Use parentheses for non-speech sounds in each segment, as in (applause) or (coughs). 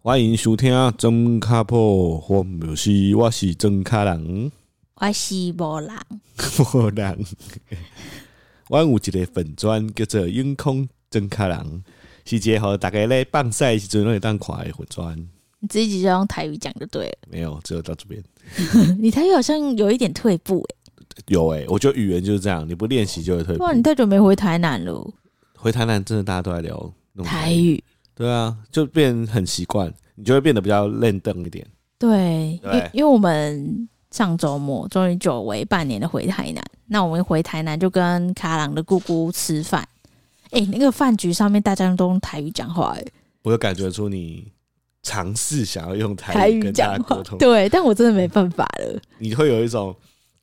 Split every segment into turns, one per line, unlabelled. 欢迎收听《真卡破》，我不是，我是真卡人， (laughs)
我是无人，
无人。我有一个粉砖叫做“永空真卡人”，是一个和大家咧放赛时阵会当看的粉砖。
你自己就用台语讲就对了。 (coughs)
没有，只有到这边
你台语好像有一点退步哎、
有诶、我觉得语言就是这样，你不练习就会退步
哇，。你太久没回台南了。
回台南真的大家都在聊那种
台，语
对啊，就变很习惯，你就会变得比较认真一点。
对，因
对
为因为我们上周末终于久违半年的回台南，那我们回台南就跟卡郎的姑姑吃
(laughs)
饭。哎、那个饭局上面大家都用台语讲话、欸，
我有感觉出你尝试想要用
台
台语
语
跟大
讲
家
话
沟，通，
对，但我真的没办法了。
你会有一种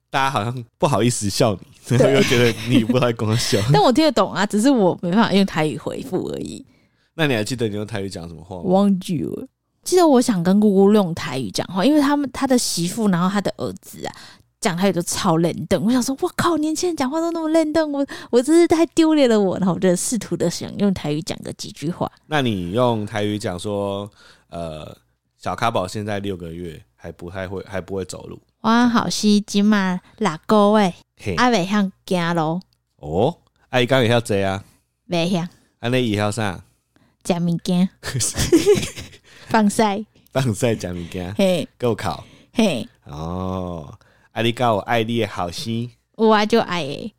大家好像不好意思笑你， (laughs) 然后又觉得你不太光
(laughs)
笑。
但我听得懂啊，只是我没办法用台语回复而已。
那你还记得你用台语讲什么话
我
吗？
忘记了。记得我想跟姑姑用台语讲话，因为他们他的媳妇，然后他的儿子啊，讲台语都超冷淡。我想说，我靠，年轻人讲话都那么冷淡，我我真是太丢脸了我。然后我就试图的想用台语讲个几句话。
那你用台语讲说，呃，小咖宝现在六个月，还不太会，还不会走路。
我好是今嘛六个月，
嘿，
阿未向行路，
哦，阿姨刚也要这啊，
未向
安内也要啥？ (laughs)
食物件，放晒，
放在讲物件，
嘿
够考
嘿，
哦。阿你讲我爱你的好心，
有啊就爱诶，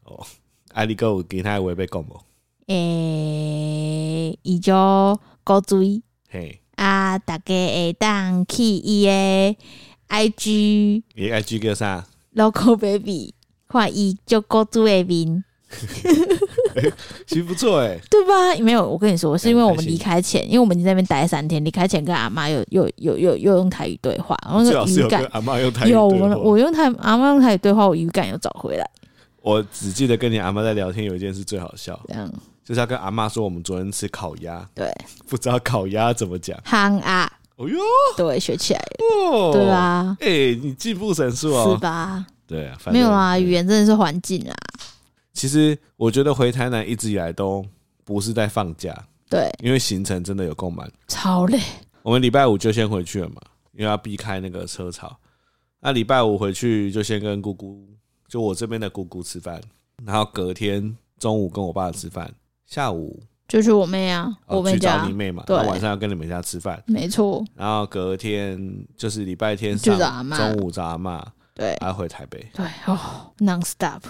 阿你有其他的话要讲无？
诶，伊就高追。
嘿，
啊，大家会当去伊的 IG
你的 IG 叫啥？
local baby，看伊就孤独的面，
其实不错哎、
对吧？没有，我跟你说，是因为我们
开心
离开前，因为我们已经在那边待三天，离开前跟阿妈有有有有有用台语对话，然后
最
那
好
个
是
语
有跟
感
阿妈用台语
有
对话
我我用台阿妈用台语对话，我语感有找回来，
我只记得跟你阿妈在聊天，有一件事最好笑，
这样
就是要跟阿妈说我们昨天吃烤鸭，
对，
不知道烤鸭怎么讲。
憨啊，
哦哟，
对，学起来了，
哦
对，啊，
哎、你进步神速
是
哦。
吧？
对啊，反正
没有啦，语。言真的是环境啊，
其实我觉得回台南一直以来都不是在放假，
对，
因为行程真的有够满。
超累，
我们礼拜五就先回去了嘛，因为要避开那个车潮。那礼拜五回去就先跟姑姑，就我这边的姑姑吃饭，然后隔天中午跟我爸吃饭，下午、
就去我妹啊，
哦
我妹
去
家
找你，妹嘛，
对
然后晚上要跟你们家吃饭，
没错，
然后隔天就是礼拜天
去
上
找阿嬷
中午找阿妈，
对。
还要回台北。
对哦，non stop。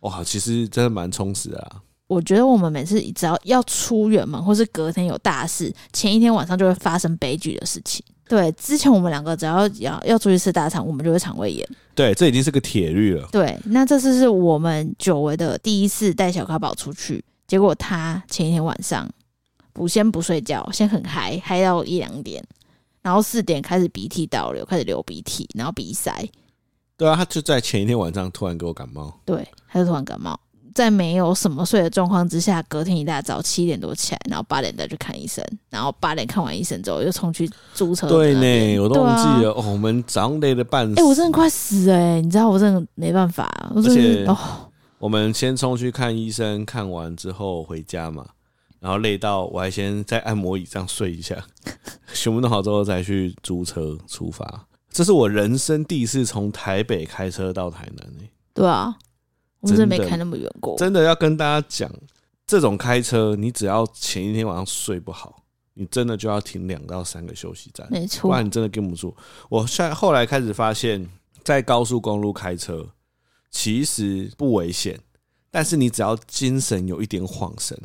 哇，其实真的蛮充实的啊。
我觉得我们每次只要要出远门，或是隔天有大事，前一天晚上就会发生悲剧的事情。对，之前我们两个只要要要出去吃大餐，我们就会肠胃炎。
对，这已经是个铁律了。
对，那这次是我们久违的第一次带小咖宝出去，结果他前一天晚上不先不睡觉，先很嗨，嗨到一两点，然后四点开始鼻涕倒流，开始流鼻涕，然后鼻塞，
对啊，他就在前一天晚上突然给我感冒，
对，他就突然感冒，在没有什么睡的状况之下，隔天一大早七点多起来，然后八点再去看医生，然后八点看完医生之后又冲去租车。
对呢，我都忘记
了。
了。哦，我们早上累得半死。
啊哎、我真的快死哎、你知道我真的没办法，啊我真的
而且
是哦，
我们先冲去看医生，看完之后回家嘛，然后累到我还先在按摩椅上睡一下， (laughs) 全部弄好之后再去租车出发。这是我人生第一次从台北开车到台南、欸、
对啊，我们真的
真
没
的
开那么远过。
真的要跟大家讲，这种开车你只要前一天晚上睡不好，你真的就要停两到三个休息站，
没
不
错
然，你真的跟不住。我现在后来开始发现，在高速公路开车其实不危险，但是你只要精神有一点晃神，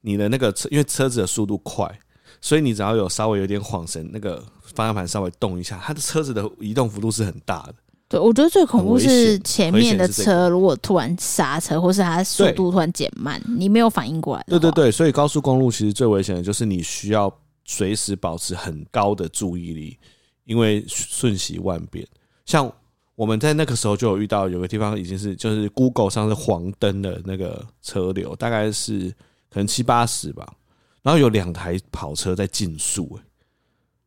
你的那个车因为车子的速度快，所以你只要有稍微有点晃神，那个方向盘稍微动一下，它的车子的移动幅度是很大的。
对我觉得最恐怖
很危
是
险
前面的
危险是这
车如果突然刹车，或是它速度突然减慢，你没有反应过来。
对对，对，所以高速公路其实最危险的就是你需要随时保持很高的注意力，因为瞬息万变。像我们在那个时候就有遇到，有个地方已经是就是 Google 上是黄灯的那个车流，大概是可能七八十吧，然后有两台跑车在竞速、欸，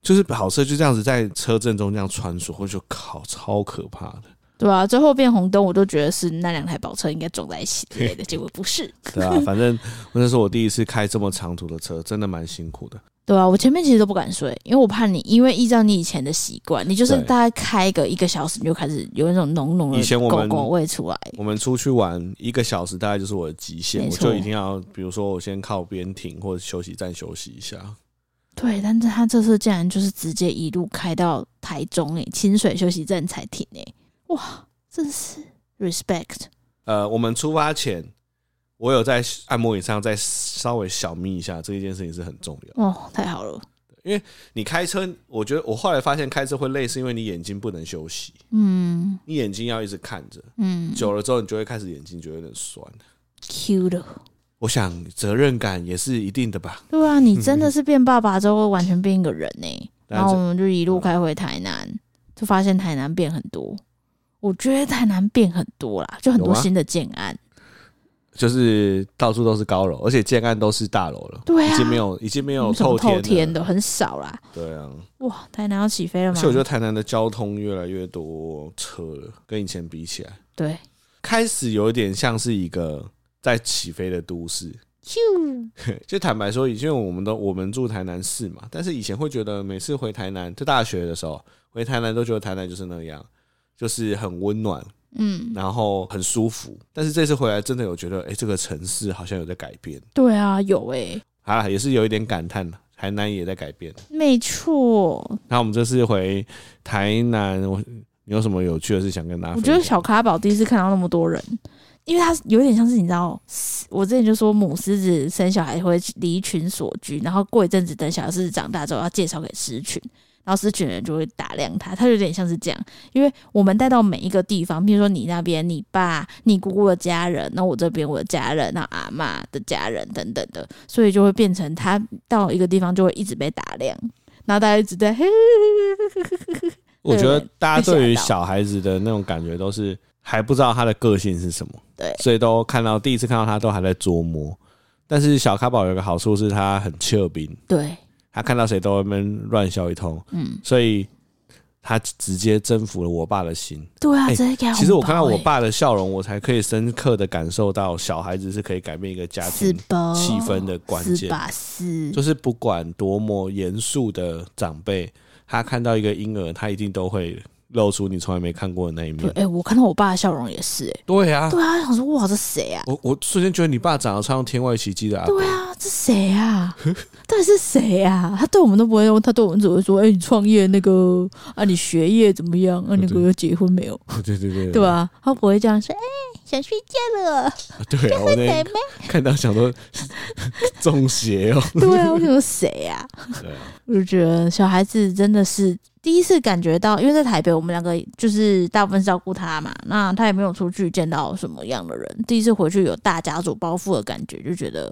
就是跑车就这样子在车阵中这样穿梭，我就靠，超可怕的。
对啊，最后变红灯，我都觉得是那两台宝车应该撞在一起之类
(laughs)
的，结果不是。
对啊，反正那是我第一次开这么长途的车，真的蛮辛苦的。
对啊，我前面其实都不敢睡，因为我怕你，因为依照你以前的习惯，你就是
对
大概开个一个小时，你就开始有那种浓浓
以
的
前我
狗
们
狗味出来。
我们出去玩一个小时，大概就是我的极限，
没
我
错
就一定要，比如说我先靠边停或者休息站休息一下。
对，但是他这次竟然就是直接一路开到台中诶、清水休息站才停诶、哇，真是 respect。
呃，我们出发前，我有在按摩椅上再稍微小眯一下，这一件事情是很重要的。
哦，太好了，
你开车，我觉得我后来发现开车会累，是因为你眼睛不能休息，
嗯
你眼睛要一直看着，
嗯
久了之后你就会开始眼睛觉得有点酸。
，Q 的，
我想责任感也是一定的吧。
对啊，你真的是变爸爸之后完全变一个人呢、
嗯
欸
(laughs) 但
然后
是
我们就一路开回台南，就发现台南变很多，我觉得台南变很多啦，就很多
有吗
新的建案，
就是到处都是高楼，而且建案都是大楼了，
对啊
已经没有已经没有
嗯什
透
么
天
透
了
天的很少啦。
对啊。
哇，台南要起飞了
而
吗
且？我觉得台南的交通越来越多车了，跟以前比起来，
对，
开始有一点像是一个在起飞的都市。 (laughs)
咻，
就坦白说，以前我们都我们住台南市嘛，但是以前会觉得每次回台南，就大学的时候回台南都觉得台南就是那样，就是很温暖，
嗯，
然后很舒服。但是这次回来，真的有觉得，哎、这个城市好像有在改变。
对啊，有诶、
好啦，也是有一点感叹了，台南也在改变。
没错，
那我们这次回台南，我你有什么有趣的事想跟大家
我
分
觉
享？
得小卡宝第一次看到那么多人，因为他有点像是你知道，我之前就说母狮子生小孩会离群所居，然后过一阵子等小狮子长大之后要介绍给狮群，然后狮群的人就会打量他，他有点像是这样，因为我们带到每一个地方，比如说你那边你爸、你姑姑的家人，那我这边我的家人，那阿嬷的家人等等的，所以就会变成他到一个地方就会一直被打量，然后大家一直在 (laughs) 嘿嘿嘿嘿嘿嘿嘿，
我觉得大家对于
被吓到
小孩子的那种感觉都是还不知道他的个性是什么，
对
所以都看到第一次看到他都还在琢磨。但是小卡宝有个好处是他很俏皮，
对，
他看到谁都会在那边乱笑一通，
嗯，
所以他直接征服了我爸的心。
对啊，
哎
直接给他
其实我看到
红包
我
欸
爸的笑容，我才可以深刻的感受到小孩子是可以改变一个家
是哦
庭
吧？
气氛的关
是
键。
吧？是
就是不管多么严肃的长辈，他看到一个婴儿，他一定都会露出你从来没看过的那一
对，
面。
哎、我看到我爸的笑容也是、哎，
对啊，
对啊，想说哇，这谁啊？
我我瞬间觉得你爸长得超像天外奇迹的阿伯
对，啊，这谁啊？到底是谁啊？他对我们都不会用，他对我们只会说：“哎、你创业那个啊，你学业怎么样？啊，那
对
个结婚没有？
对啊对对
对？吧？”他不会这样说：“哎、想睡觉了，
对啊，我那
妹
天
妹。
看到想
(laughs)
说中邪哦。”
对啊，我想说谁啊？
对啊
我就觉得小孩子真的是第一次感觉到，因为在台北，我们两个就是大部分照顾他嘛，那他也没有出去见到什么样的人，第一次回去有大家族包袱的感觉，就觉得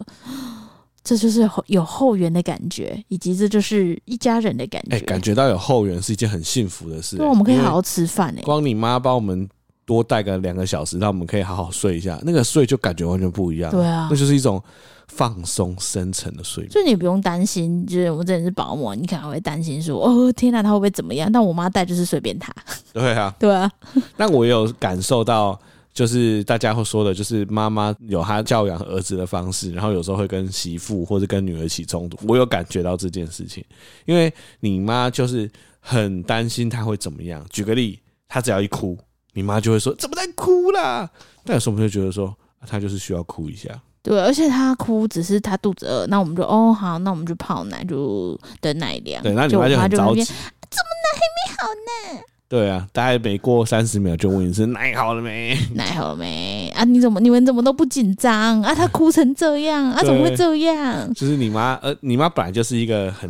这就是后有后援的感觉，以及这就是一家人的感觉。
哎、感觉到有后援是一件很幸福的事、欸
对，我们可以好
因
好吃饭欸诶、
为光你妈帮我们多带个两个小时，让我们可以好好睡一下，那个睡就感觉完全不一样。
对啊
那。就是一种放松深层的睡眠。
所以你不用担心，就是我们之前是保姆，你可能会担心说，哦天哪、他会不会怎么样？但我妈带就是随便他，
对啊，
对啊，
那我也有感受到，就是大家会说的，就是妈妈有她教养儿子的方式，然后有时候会跟媳妇或者跟女儿起冲突。我有感觉到这件事情，因为你妈就是很担心她会怎么样。举个例，她只要一哭，你妈就会说怎么在哭啦？但有时候我们就觉得说，啊她就是需要哭一下。
对，而且他哭只是他肚子饿，那我们就哦好，那我们就泡奶，就等奶凉。
对，那你
就
妈就很
在那
着急，
边
怎么奶还没好呢？对啊，大概每过三十秒就问一次奶好了没？
奶好了没啊？你怎么你们怎么都不紧张啊？他哭成这样啊？
对
怎么会这 (laughs) 样？
就是你妈，呃，你妈本来就是一个很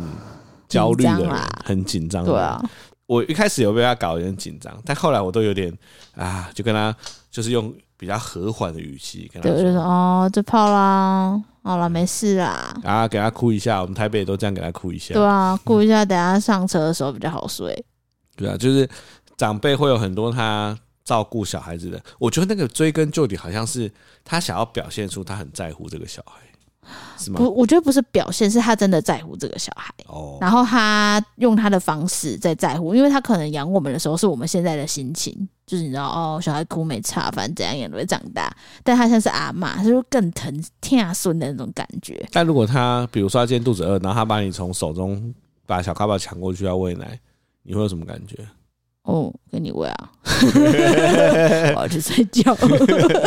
焦虑的
紧
人
张啦，
很紧张。
对，啊，
我一开始有被她搞得有点紧张，但后来我都有点啊，就跟她就是用比较和缓的语气跟她
对，我就说
说。
哦，就泡啦，好啦，没事啦。
啊，给她哭一下，我们台北也都这样给她哭一下。
对啊，顾一下，等下上车的时候比较好睡。
对啊，就是长辈会有很多他照顾小孩子的，我觉得那个追根究底好像是他想要表现出他很在乎这个小孩。是吗
不？，我觉得不是表现，是他真的在乎这个小孩。
哦，
然后他用他的方式在在乎，因为他可能养我们的时候是我们现在的心情，就是你知道哦，小孩哭没差，反正怎样也会长大。但他像是阿嬷，他就更疼天孙的那种感觉。
但如果他比如说他今天肚子饿，然后他把你从手中把小咖宝抢过去要喂奶，你会有什么感觉？
(laughs) 哦，给你喂啊，我要去睡觉。 (laughs)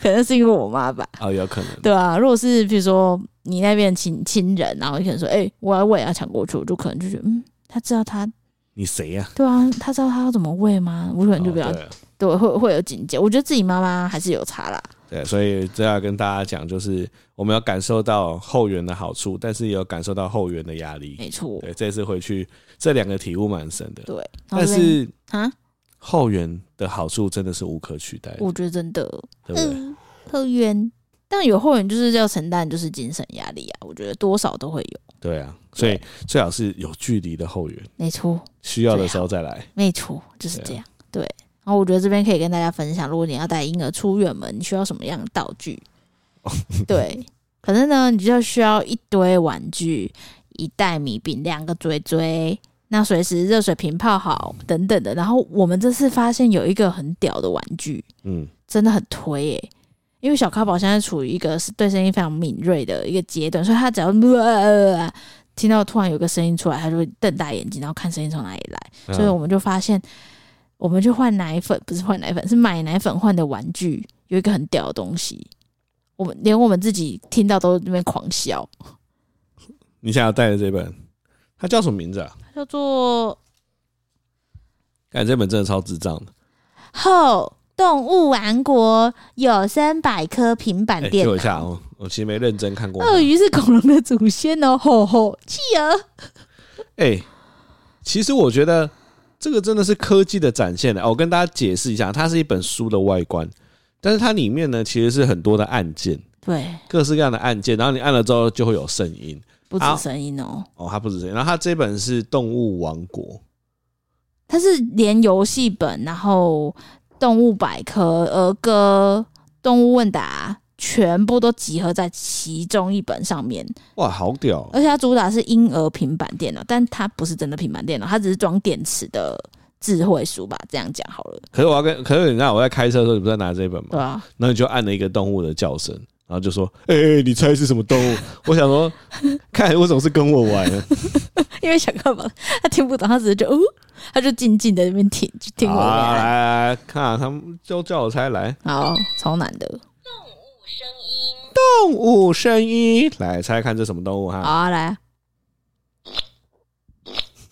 可能是因为我妈吧，
啊、有可能。
对啊，如果是比如说你那边亲亲人，然后你可能说，哎、我要喂，要抢过去，我就可能就觉得，嗯，他知道他，
你谁呀、
对啊，他知道他要怎么喂吗？我可能就比较、
哦对啊
对，会会有警戒。我觉得自己妈妈还是有差啦。
对，所以这要跟大家讲，就是我们要感受到后援的好处，但是也有感受到后援的压力。
没错，
对，这次回去这两个体悟蛮深的，
对。然后
但
这边
是
啊，
后援的好处真的是无可取代的，
我觉得真的，
对不对？
嗯，后援，但有后援就是要承担就是精神压力啊，我觉得多少都会有。
对啊，所以最好是有距离的后援，
没错，
需要的时候再来。
没错，就是这样。对，然后我觉得这边可以跟大家分享，如果你要带婴儿出远门，你需要什么样的道具？ (laughs) 对，可是呢，你就需要一堆玩具，一袋米饼，两个嘴嘴，那随时热水瓶泡好等等的。然后我们这次发现有一个很屌的玩具，
嗯，
真的很推耶、因为小咖宝现在处于一个是对声音非常敏锐的一个阶段，所以他只要、 (laughs) 听到突然有个声音出来，他就会瞪大眼睛，然后看声音从哪里来。
啊嗯
所以我们就发现，我们去换奶粉，不是换奶粉，是买奶粉换的玩具，有一个很屌的东西，我们连我们自己听到都在那边狂笑，
你现在要带的这本，它叫什么名字啊？
它叫做
感觉这本真的超智障的。
《后动物王国有声百科平板
哎，
电
给
脑》
我一下哦，我其实没认真看过它。
鳄鱼是恐龙的祖先哦，吼吼，企鹅。
哎、其实我觉得这个真的是科技的展现的。哦我跟大家解释一下，它是一本书的外观，但是它里面呢其实是很多的按键，
对，
各式各样的按键，然后你按了之后就会有声音。
不止
好
声音哦，
哦，它不止这样，然后它这本是《动物王国》，
它是连游戏本，然后动物百科、儿歌、动物问答，全部都集合在其中一本上面。
哇，好屌哦、
而且它主打是婴儿平板电脑，但它不是真的平板电脑，它只是装电池的智慧书吧？这样讲好了，
可是我要跟，可是你知道我在开车的时候，你不是在拿这本吗？
对啊，
然后你就按了一个动物的叫声，然后就说：“哎、欸，你猜是什么动物？”我想说， (laughs) 看为什么是跟我玩呢？
因为小干嘛他听不懂，他只是就哦，他就静静的那边听，就听我
好啊来
念。
来来，看、啊、他们就叫我猜来。
好，超难的。
动物声音，来猜猜看这什么动物
好
哈？
啊，来啊。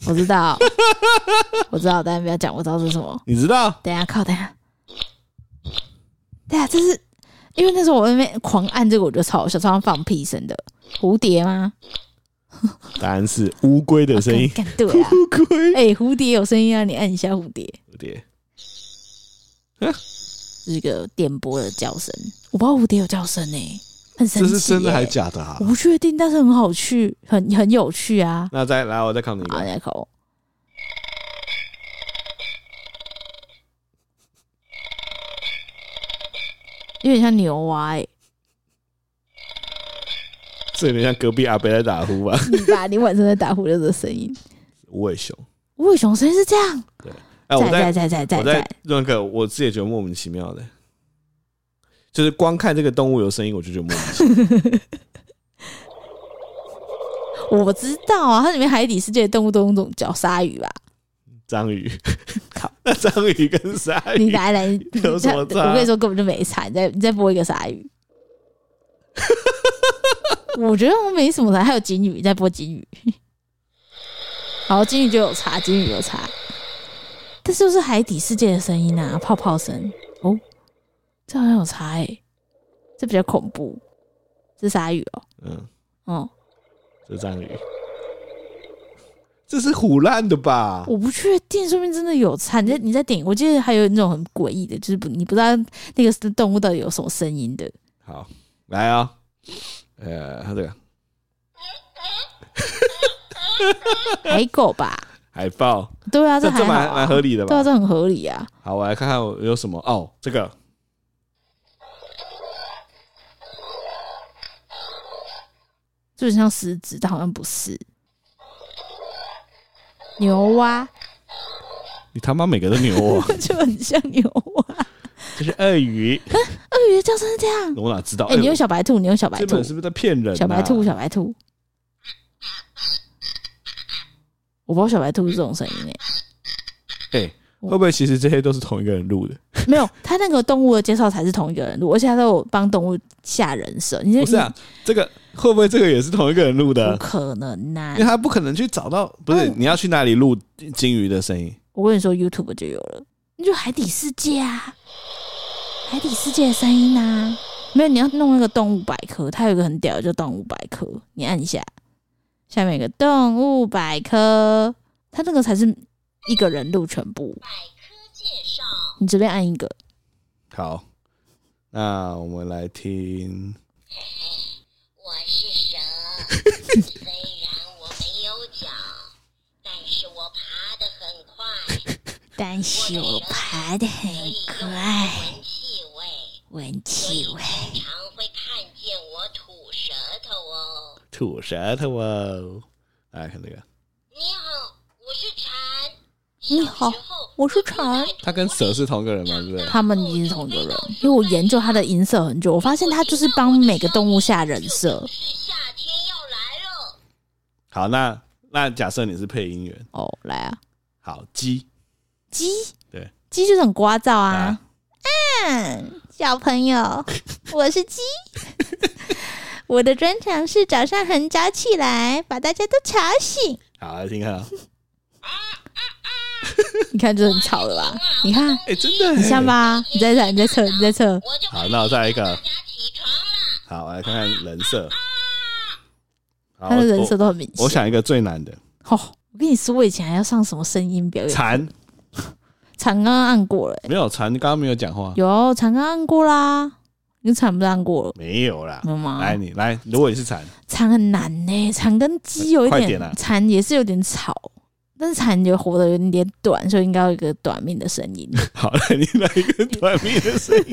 我知道，我知道，但不要讲，我知道是什么。
你知道？
等一下，靠，等一下，对啊，这是因为那时候我在那边狂按这个，我就超小，超像放屁声的蝴蝶吗？
答案是乌龟的声音
啊。干干
(laughs)
对啊，
乌龟，
哎、蝴蝶有声音啊，你按一下蝴蝶，
蝴蝶，
是一个电波的叫声。我不知道蝴蝶有叫声呢、欸很神
这
奇、
是真的还
欸
是假的啊
我？不确定，但是很好去，很很有趣啊。
那再来，我再考你一
好，
个。
来口。有点像牛蛙、欸，
这有点像隔壁阿伯在打呼吧？
你把你晚上在打呼噜的声音。
无尾熊。
无尾熊声音是这样，
哎，我
在
在
在在在
我
在 (laughs)
在，那个我自己也觉得莫名其妙的，就是光看这个动物有声音，我就觉得莫名其妙。
我知道啊，它里面海底世界的动物都用这种叫鲨鱼吧？
章鱼，
(laughs) 靠，
那 (laughs) 章鱼跟鲨
你
鱼
来来，你
有什么
这
差
我跟你说根本就没差，你再你再播一个鲨鱼。我觉得我没什么差，还有金鱼，你再播金鱼。好，金鱼就有差，金鱼有差，但是就是海底世界的声音啊，泡泡声哦，这好像有差诶、这比较恐怖，是鲨鱼哦，
嗯，
哦、
这章鱼，这是虎烂的吧？
我不确定，说不定真的有差。你在你在电影，我记得还有那种很诡异的，就是不你不知道那个动物到底有什么声音的。
好，来啊、呃，它这个
海狗吧？
海豹，
对啊，
这
还
这
好、
蛮蛮
啊，
合理的
对啊，
吧？
这很合理啊。
好，我来看看我有什么哦，这个
就很像狮子，但好像不是。牛蛙
你他妈每个都牛蛙，
(laughs) 就很像牛蛙，
这是鳄鱼，
鳄鱼的叫声是这样。
我哪知道？
哎、你有小白兔，你有小白
哦这
兔
本，是不是在骗人、啊
小白兔，，小白兔。我不知道小白兔是这种声音欸
(laughs)
诶、
哎、会不会其实这些都是同一个人录的？
没有，他那个动物的介绍才是同一个人录，而且他都有帮动物下人设。你
不是啊，这个会不会这个也是同一个人录
不
的？
可能啊呐、
因为他不可能去找到，不是、
嗯
你要去哪里录金鱼的声音？
我跟你说，YouTube 就有了，那就海底世界啊，海底世界的声音啊。没有，你要弄那个动物百科，它有一个很屌的叫动物百科，你按一下，下面有一个动物百科，它那个才是一个人录全部。你随便按一个，
好，那我们来听，
我是蛇，虽然我没有脚，但是我爬得很快，
但是我爬得很
可以用来
快，
闻气味，
闻
所以
气味。
经常会看见我吐舌头哦。
吐舌头哦！来看这个，
你好，我是蝉。
你好
小时候
我是蝉。
它跟蛇是同一个人吗？对不对？
他们已经是同一个人，因为我研究它的音色很久，我发现它就是帮每个动物下人设
是夏天要来了，
好，那那假设你是配音员，
哦。来啊，
好鸡，
鸡，
对，
鸡就是很聒噪啊
啊。
嗯，小朋友，我是鸡， (laughs) 我的专长是早上很早起来把大家都吵醒。
好来听看啊，
你看，这很吵了吧？你看，
哎、真的、欸，欸
你像？吧？你再测，你再测，你再测。
我就
好，那我再来一个
大，家起床啊啦。
好，来看看人设，好
他的人设都很明显。
我，我想一个最难的，
哦，我跟你说，我以前还要上什么声音表演？
蝉，
长刚刚按过了、
没有蝉，刚刚没有讲话，
有长刚按过啦，你长不是按过了？
没有啦
没。有吗？
来，你来，如果你是蝉，
蝉很难呢、蝉跟鸡有一
快
点
点啊，
蝉、也是有点吵，但是蝉就活得有点短，所以应该有一个短命的声音。 (laughs)
好了，来你来一个短命的声音，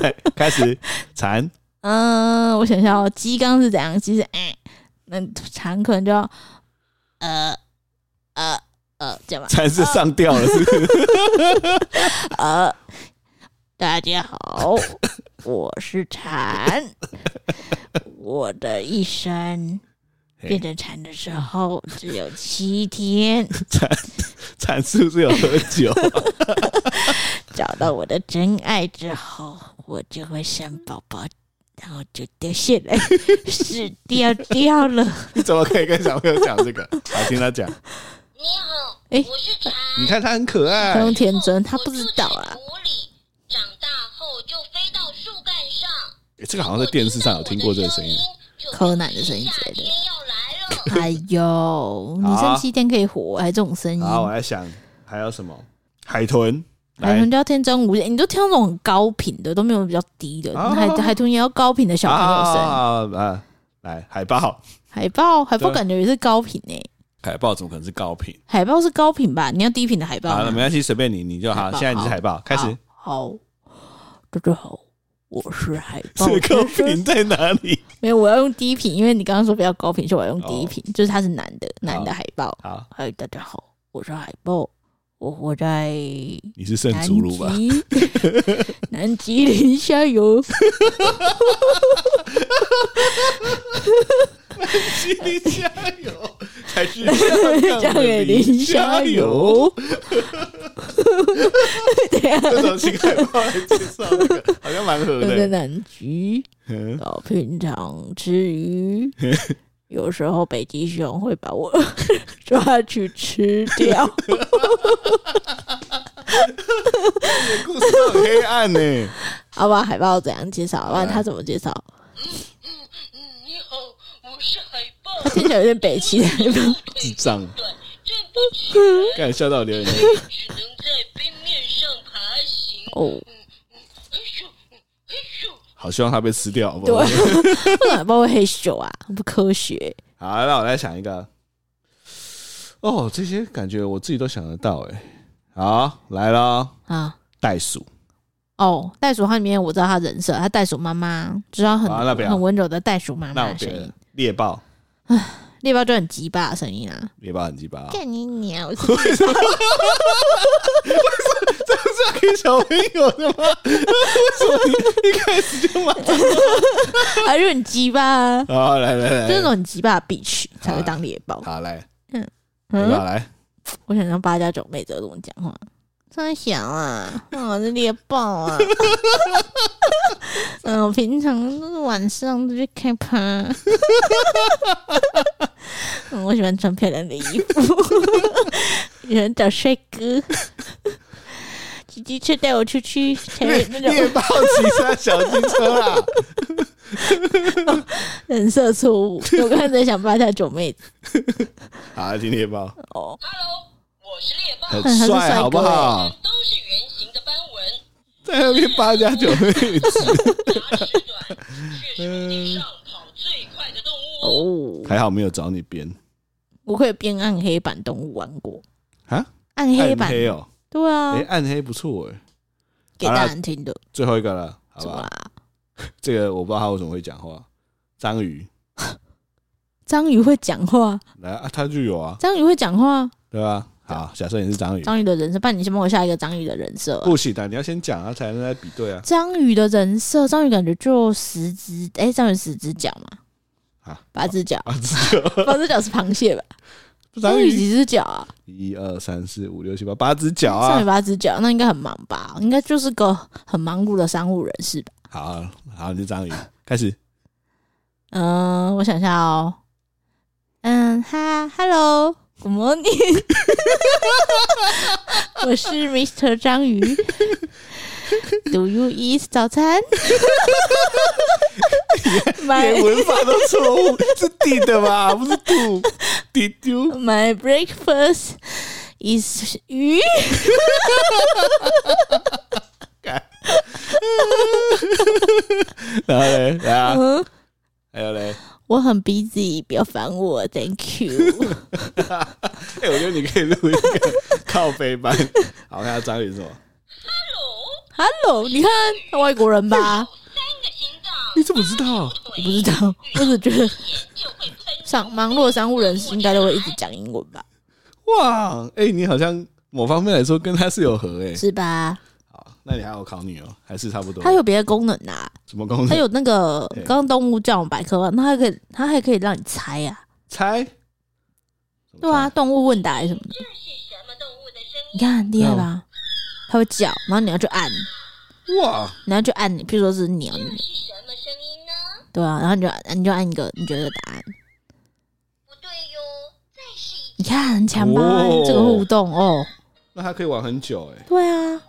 来开始，蝉，
嗯，我想一下哦，鸡刚刚是怎样？鸡是哎，那、蝉可能就要呃呃呃这样吧。
蝉是上吊了，是不是？
呃，大家好，我是
(laughs)
蝉，我的一生。
嘿
变成蝉的时候只有七
(laughs)
天，
蝉，蝉是不是有喝酒？
找到我的真爱之后，我就会生宝宝，然后就掉下来，死掉掉
(laughs)
了。
你怎么可以跟小朋友讲这
(laughs)
个？好，听他讲，
你好，
哎
我是蝉。
你看他很可
他
爱
用，天真，他不知道
啊
哎
啊。。
长大后就飞到树干上。
欸这个好像在电视上有听过这个声音。
柯南的声音之类
夏
的
天要来了，
哎呦，你
好
剩
啊
七天可以活，还这种声音，
好，我在想还有什么？海豚，
海
来
豚，就要天真无邪。你就听那种很高频的，都没有比较低的。
啊
海海豚也要高频的小朋友声，
(laughs) 啊啊啊！来，海豹，
海豹海豹
对
感觉也是高频诶、
海豹怎么可能是高频？
海豹是高频吧？你要低频的海豹
好
吗
了，没关系，随便你，你就好。
啊海豹
现在你是海豹，开始。
啊好，好大家好，我是海豹
这个高
先生
频在哪里？
(laughs) 没有，我要用低频，因为你刚刚说不要高频，所以我要用低频，就是它是男的，男的海豹。
好，
嗨，大家好，我是海豹，我活在
你是圣
南
祖鲁吧？
极， (laughs) 南极零下 (laughs) 游。
(laughs) 心里加油，还是
(laughs)
香！
江给林加油！(laughs)
这种请海报来介绍那个，好像蛮合
啊我在
的。
南极，
嗯
然后平常吃鱼，有时候北极熊会把我抓去吃掉。
故事都很黑暗呢、
好吧，海豹怎样介绍？不然他怎么介绍？
你好，我是海豹，
他听起来有点北极的海豹。
智障，
短站不起来，
刚才笑到流眼泪。
只能在冰面上爬行。
哦，
哎呦，哎呦，
好希望他被吃掉，好不
对，
好？
为什么海豹会黑咻啊？很不科学。
好，那我来想一个。哦，这些感觉我自己都想得到哎、好，来咯，
啊。
袋鼠，
哦，袋鼠它里面我知道它人设，它袋鼠妈妈知道很
好那不要
很温柔的袋鼠妈
那
妈
我
的声
别
音
的，猎豹，
猎豹就很鸡巴的声音啊，
猎豹很鸡巴、
干你鸟！
为什么？这是要给小朋友的吗？为什么你一开始就骂？
还是很鸡巴啊，
好，来来
就
来，
是那种很鸡巴的 bitch 才会当猎豹。
哎好来，来
嗯，
吧来，
我想让八家九妹子跟我讲话。真想啊，我是猎豹啊。 (laughs) 嗯，我平常都是晚上都去开 (laughs) 趴。嗯，我喜欢穿漂亮的衣服， (laughs) 喜欢找帅哥。骑机车带我出
(laughs)
去，才有那种
猎豹骑上小汽车 (laughs) 啦，
人设错误。我刚才在想八家九妹子
好，听猎豹，
哦，
Hello，我是猎豹，
很
他是帅
帅，
哥
好不
我
好
们？都是圆形的斑纹，
在那边八加九妹子，
(laughs) 牙齿短，是陆地上跑最快的动物哦。
哦，
还好没有找你编
我可以变暗黑版动物王国，
啊，
暗黑
暗
版
黑哦，
对啊，
哎，暗黑不错哎，
给大人听的，
最后一个了，好啊
什么
吧？
啦？
这个我不知道他为什么会讲话，章鱼
章鱼会讲话，
来啊，他就有啊，
章鱼会讲话，
对吧？好，假设你是章鱼，
章鱼的人设，不然你先帮我下一个章鱼的人设啊。
不行的，你要先讲啊，才能来比对 (laughs) 啊。
章鱼的人设，章鱼感觉就十只，哎、章鱼十只脚嘛，
啊
八只脚，
啊，只有
八只脚是螃蟹吧？章
(laughs) 章
鱼
鱼
几只脚啊？
(laughs) 一二三四五六七八八只脚
章鱼
啊。
八只脚，那应该很忙吧？应该就是个很忙碌的商务人士吧？
好好，你是章鱼，开始。
嗯、我想一下哦，嗯，哈，hello，good morning，我是 Mr. 章鱼，Do you eat 早餐
连
？My
文法都错误，是地的 (laughs) 吧？不是度，地丢。
my breakfast is 鱼，
然后嘞，来啊，
嗯，
还有嘞，
我很 busy，不要烦我，Thank you。
哎，我觉得你可以录一个靠背版。 (laughs) 好，看下章鱼是什么？
Hello，
Hello，你看外国人吧？
三个心脏，
你怎么知道？
我不知道，我只觉得
眼就会喷。
上忙碌的商务人士应该都会一直讲英文吧？
哇，哎，你好像某方面来说跟他是有合哎。
是吧？
(laughs) 好，那你还有考你哦，还是差不多。
它有别的功能
(laughs)
啊，
什么功
它
能？
有那个
对
刚刚动物教养百科嘛，那还可以，它还可以让你猜呀、
猜？
对啊，，动物问答什么的，
这是什么动物的声
你
音？
看很厉害
嗯
吧？它会叫，然后你要去按，
哇，
你要去按，譬如说是鸟，
这是什么声音呢？
对啊，然后你就按，你就按一个你觉得的答案，
不对哟，再试一次。
你看很强吧？
哦
这个互动哦，
那他可以玩很久哎、
对啊，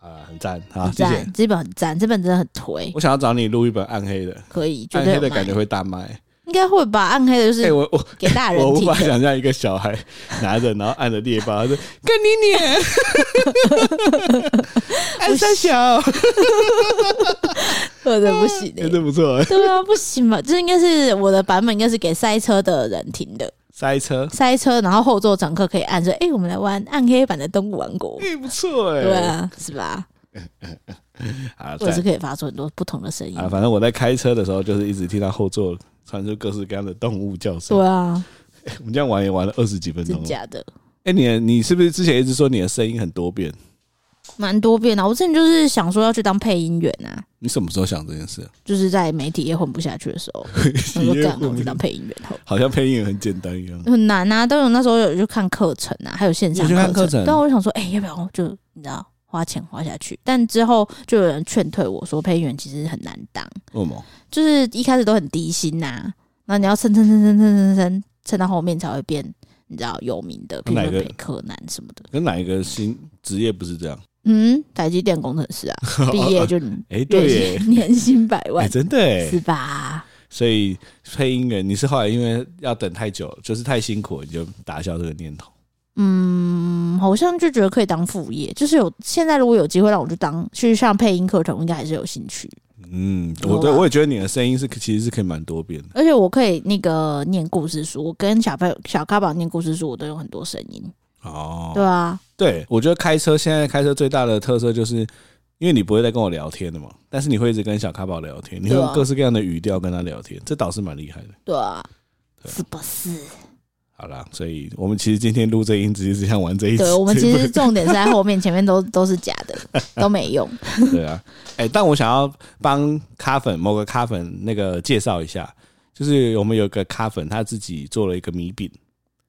好啦，很赞，好，
很
啊谢谢
赞，。这本很赞，这本真的很推，
我想要找你录一本暗黑的，
可以，绝
暗
对
黑
有
的
卖
感觉会大卖。
应该会吧？暗黑的就
哎、
是
我我
给大人
我无
听
法
的，
想象一个小孩拿着，然后按着猎豹，他说：“跟你
(laughs)
脸，按三小，
我的不行、
(laughs) 真
欸。
的不错。
对啊，不行吧？这应该是我的版本，应该是给塞车的人听的。”
塞车，
塞车，然后后座乘客可以按说：“哎、我们来玩暗黑版的动物王国。
哎、不错哎、
对啊，是吧？
好啦，
我也是
赞
可以发出很多不同的声音
啊！。反正我在开车的时候，就是一直听到后座传出各式各样的动物叫声。
对啊，
我们这样玩也玩了二十几分钟
真
了。
假的，
哎、你的你是不是之前一直说你的声音很多变？
蛮多变的。我之前就是想说要去当配音员啊，
你什么时候想这件事啊？
就是在媒体业混不下去的时
(laughs)
候，我
因
说
为
干，啊
我
我去当配音员好了
好像配音也很简单一样。
很难啊。但是我那时候有去看课程啊，还有线上
你有去看课程
程。对啊，我就想说，哎、要不要就你知道花钱花下去？但之后就有人劝退我说，配音员其实很难当。
为什么？
就是一开始都很低薪呐、然后你要蹭蹭蹭蹭蹭蹭蹭蹭到后面才会变，你知道有名的，比如
哪
说
个
北柯南什么的。
跟哪一个新职业不是这样？
嗯，台积电工程师啊，毕业就
哎、对
月
耶，
薪年薪百
哎、
万，
真的哎
是。吧？
所以配音员，你是后来因为要等太久，就是太辛苦，你就打消这个念头。
嗯，好像就觉得可以当副业，就是有现在如果有机会让我去当去上配音课程，我应该还是有兴趣。
嗯，
有
我
啊
对我也觉得你的声音是其实是可以蛮多变的。
而且我可以那个念故事书，我跟小朋友小咖宝念故事书，我都有很多声音，
哦
对啊，
对，我觉得开车现在开车最大的特色就是因为你不会再跟我聊天的嘛，但是你会一直跟小咖宝聊天，你会
对
用
啊
各式各样的语调跟他聊天，这倒是蛮厉害的。
对啊，
对
是不是？
好啦，所以我们其实今天录这音，只是想玩这一集。
对我们其实重点是在后面，前面都都是假 (laughs) 的，都没用。
对啊， (laughs) 哎、但我想要帮咖粉某个咖粉那个介绍一下，就是我们有个咖粉他自己做了一个米饼，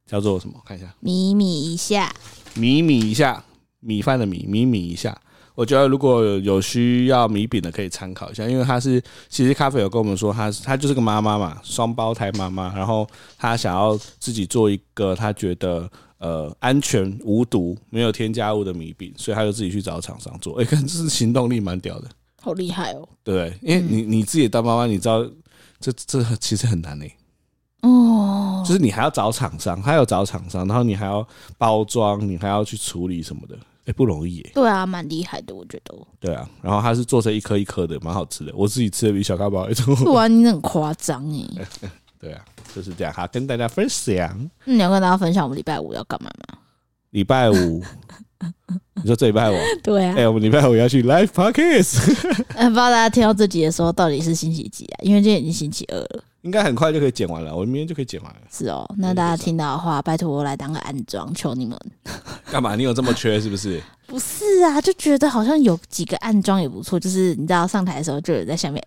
叫做什么？我看一下，
咪咪一下，
米米一下，米饭的米，米米一下。我觉得如果有需要米饼的，可以参考一下，因为他是其实咖啡有跟我们说，他他就是个妈妈嘛，双胞胎妈妈，然后他想要自己做一个他觉得呃安全无毒、没有添加物的米饼，所以他就自己去找厂商做。哎、看这是行动力蛮屌的。
好厉害哦！
对不对？因为你你自己当妈妈，你知道这这其实很难呢、
哦，
就是你还要找厂商，还要找厂商，然后你还要包装，你还要去处理什么的，哎、不容易耶、
对啊，蛮厉害的，我觉得。
对啊，然后它是做成一颗一颗的，蛮好吃的，我自己吃的比小咖宝还
(laughs) 不
多。
然你很夸张 (laughs) 哎。
对啊，就是这样哈，跟大家分享。
那你要跟大家分享我们礼拜五要干嘛吗？
礼拜五， (laughs) 你说这礼拜五啊，
对啊
哎、我们礼拜五要去 live podcast， (laughs)
呃不知道大家听到这集的时候到底是星期几啊？因为今天已经星期二了。
应该很快就可以剪完了，我明天就可以剪完了。
是哦，那大家听到的话，拜托来当个暗装，求你们。
干嘛？你有这么缺是不是？
不是啊，就觉得好像有几个暗装也不错，就是你知道上台的时候就有人在下面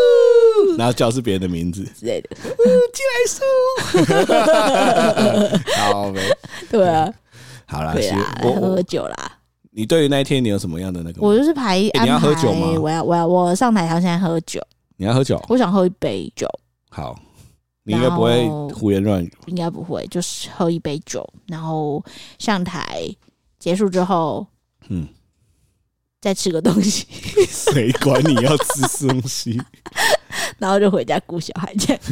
(laughs) 然后叫是别人的名字， (laughs)
之类的。 (laughs)
好没？
对啊，
好啦，
对
其实
啊，
我我
喝酒啦。
你对于那一天你有什么样的那个吗？
我就是排
欸
安
你
排，
要喝酒吗
我要我要我上台，好像喝酒，
你要喝酒？
我想喝一杯酒，
好，你应该不会
然后
胡言乱语。
应该不会，就是喝一杯酒，然后上台结束之后
嗯，
再吃个东西， (laughs)
谁管你要吃东西？ (laughs)
然后就回家顾小孩这样。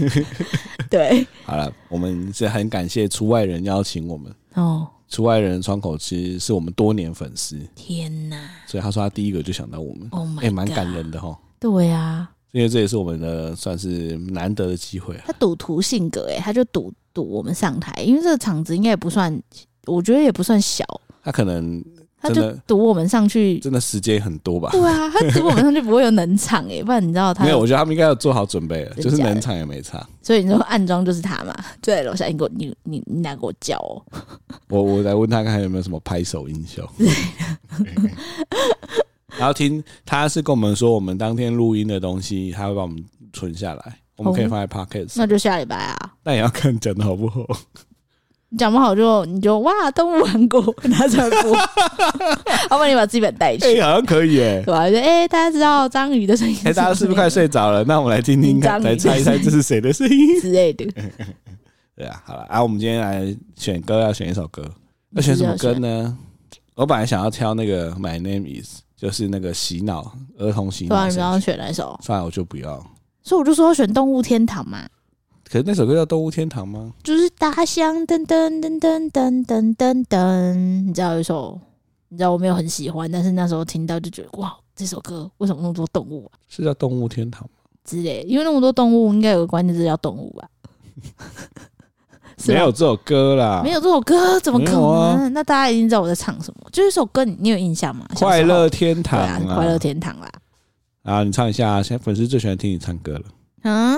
对，
好了，我们是很感谢出外人邀请我们。
哦
出外人的窗口其实是我们多年粉丝，
天哪
所以他说他第一个就想到我们，
，Oh my，
哎、蛮感
God
人的哈。
对啊，
因为这也是我们的算是难得的机会啊。
他赌徒性格、欸，他就赌赌我们上台，因为这个场子应该也不算，我觉得也不算小，
他可能
他
真
就
的
赌我们上去。
真的时间很多吧？
对啊，他赌我们上去不会有冷场哎、欸不然你知道他
没有，我觉得他们应该要做好准备了，
真
就是
假的
冷场也没差。
所以你说暗装就是他嘛？就在楼下，你给我你你你俩给我叫哦。
我我来问他看有没有什么拍手音效。 (laughs) 然后听他是跟我们说，我们当天录音的东西，他会帮我们存下来，我们可以放在 podcast，、
那就下礼拜啊，
但也要看讲的好 (laughs) 不好。
你讲不好就你就哇动物王国拿出来播，要不然你把自己本带
哎、
去，
好像可以耶、 (laughs)
对吧？就哎、大家知道章鱼的声音什么
哎、
样，
大家是不是快睡着了？那我们来听听看，
紧张
来猜一猜这是谁的声 (laughs) 音。
之类的？
对啊，好了啊，我们今天来选歌，要选一首歌，要选什么歌呢？我本来想要挑那个《My Name Is》，就是那个洗脑儿童洗
对啊，
脑
你们要
神曲。
选哪一首？
算了，我就不要。
所以我就说要选动物天堂嘛。
可是那首歌叫《动物天堂》吗？
就是大象噔噔噔噔噔噔噔噔，你知道有一首，你知道我没有很喜欢，但是那时候听到就觉得哇，这首歌为什么那么多动物啊
是叫《动物天堂》吗？
之类的，因为那么多动物，应该有个关键字叫动物吧？是吧
(laughs) 没
啊
有这首歌啦，
没有这首歌，怎么可
没有
能？
啊
那大家一定知道我在唱什么。就这首歌你，你有印象吗？
《快乐
天
天堂》
对啊，快乐天堂啦。
啊，你唱一下啊，现在粉丝最喜欢听你唱歌了。
啊，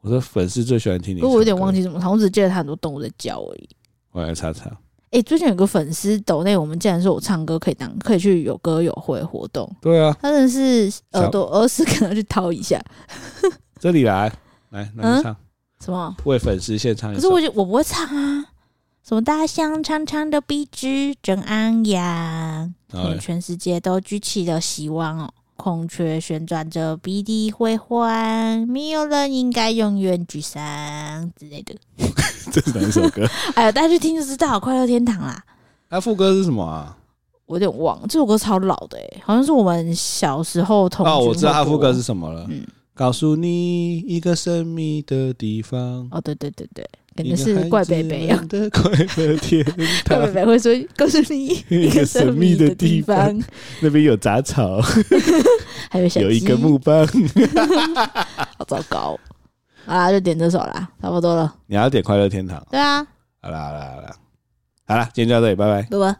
我说粉丝最喜欢听嗯你，
不过我有点忘，记怎么唱，我只记得它很多动物在叫而已。
我来查查。
诶，最近有个粉丝抖内，我们竟然说我唱歌可以当可以去有歌友会活动，
对啊，
他真的是
小
耳朵耳屎可能要去掏一下，
这里来，来，那你唱，
什么？
为粉丝献唱一
嗯可
首。
是我就我不会唱啊，什么大象长长的鼻子正昂扬，
然后
对
嘞
全世界都举起了希望哦。孔雀旋转着鼻涕回环，没有人应该永远沮丧之类的。
(laughs) 这是哪一
(laughs)
首歌？
哎呀，大家去听就知道，《快乐天堂》啦。
那副歌是什么啊？
我有点忘了，这首歌超老的、欸，好像是我们小时候同
哦，
学
我知道
会
他副
播
歌是什么了
嗯。
告诉你一个神秘的地方，
哦，对对对对，感
一
觉
个
是
孩
怪
子
贝贝啊。
们的快乐天
(laughs) 特别
堂。
美会说告诉你 (laughs) 一个神秘的地
一个神
方，
那边有杂草，
还有小鸡
有一根，木棒。
好糟糕。好啦，就点这首啦，差不多了。
你要点快乐天堂。
对啊，
好啦好啦好啦，好啦，今天就到这里，拜拜。
拜拜。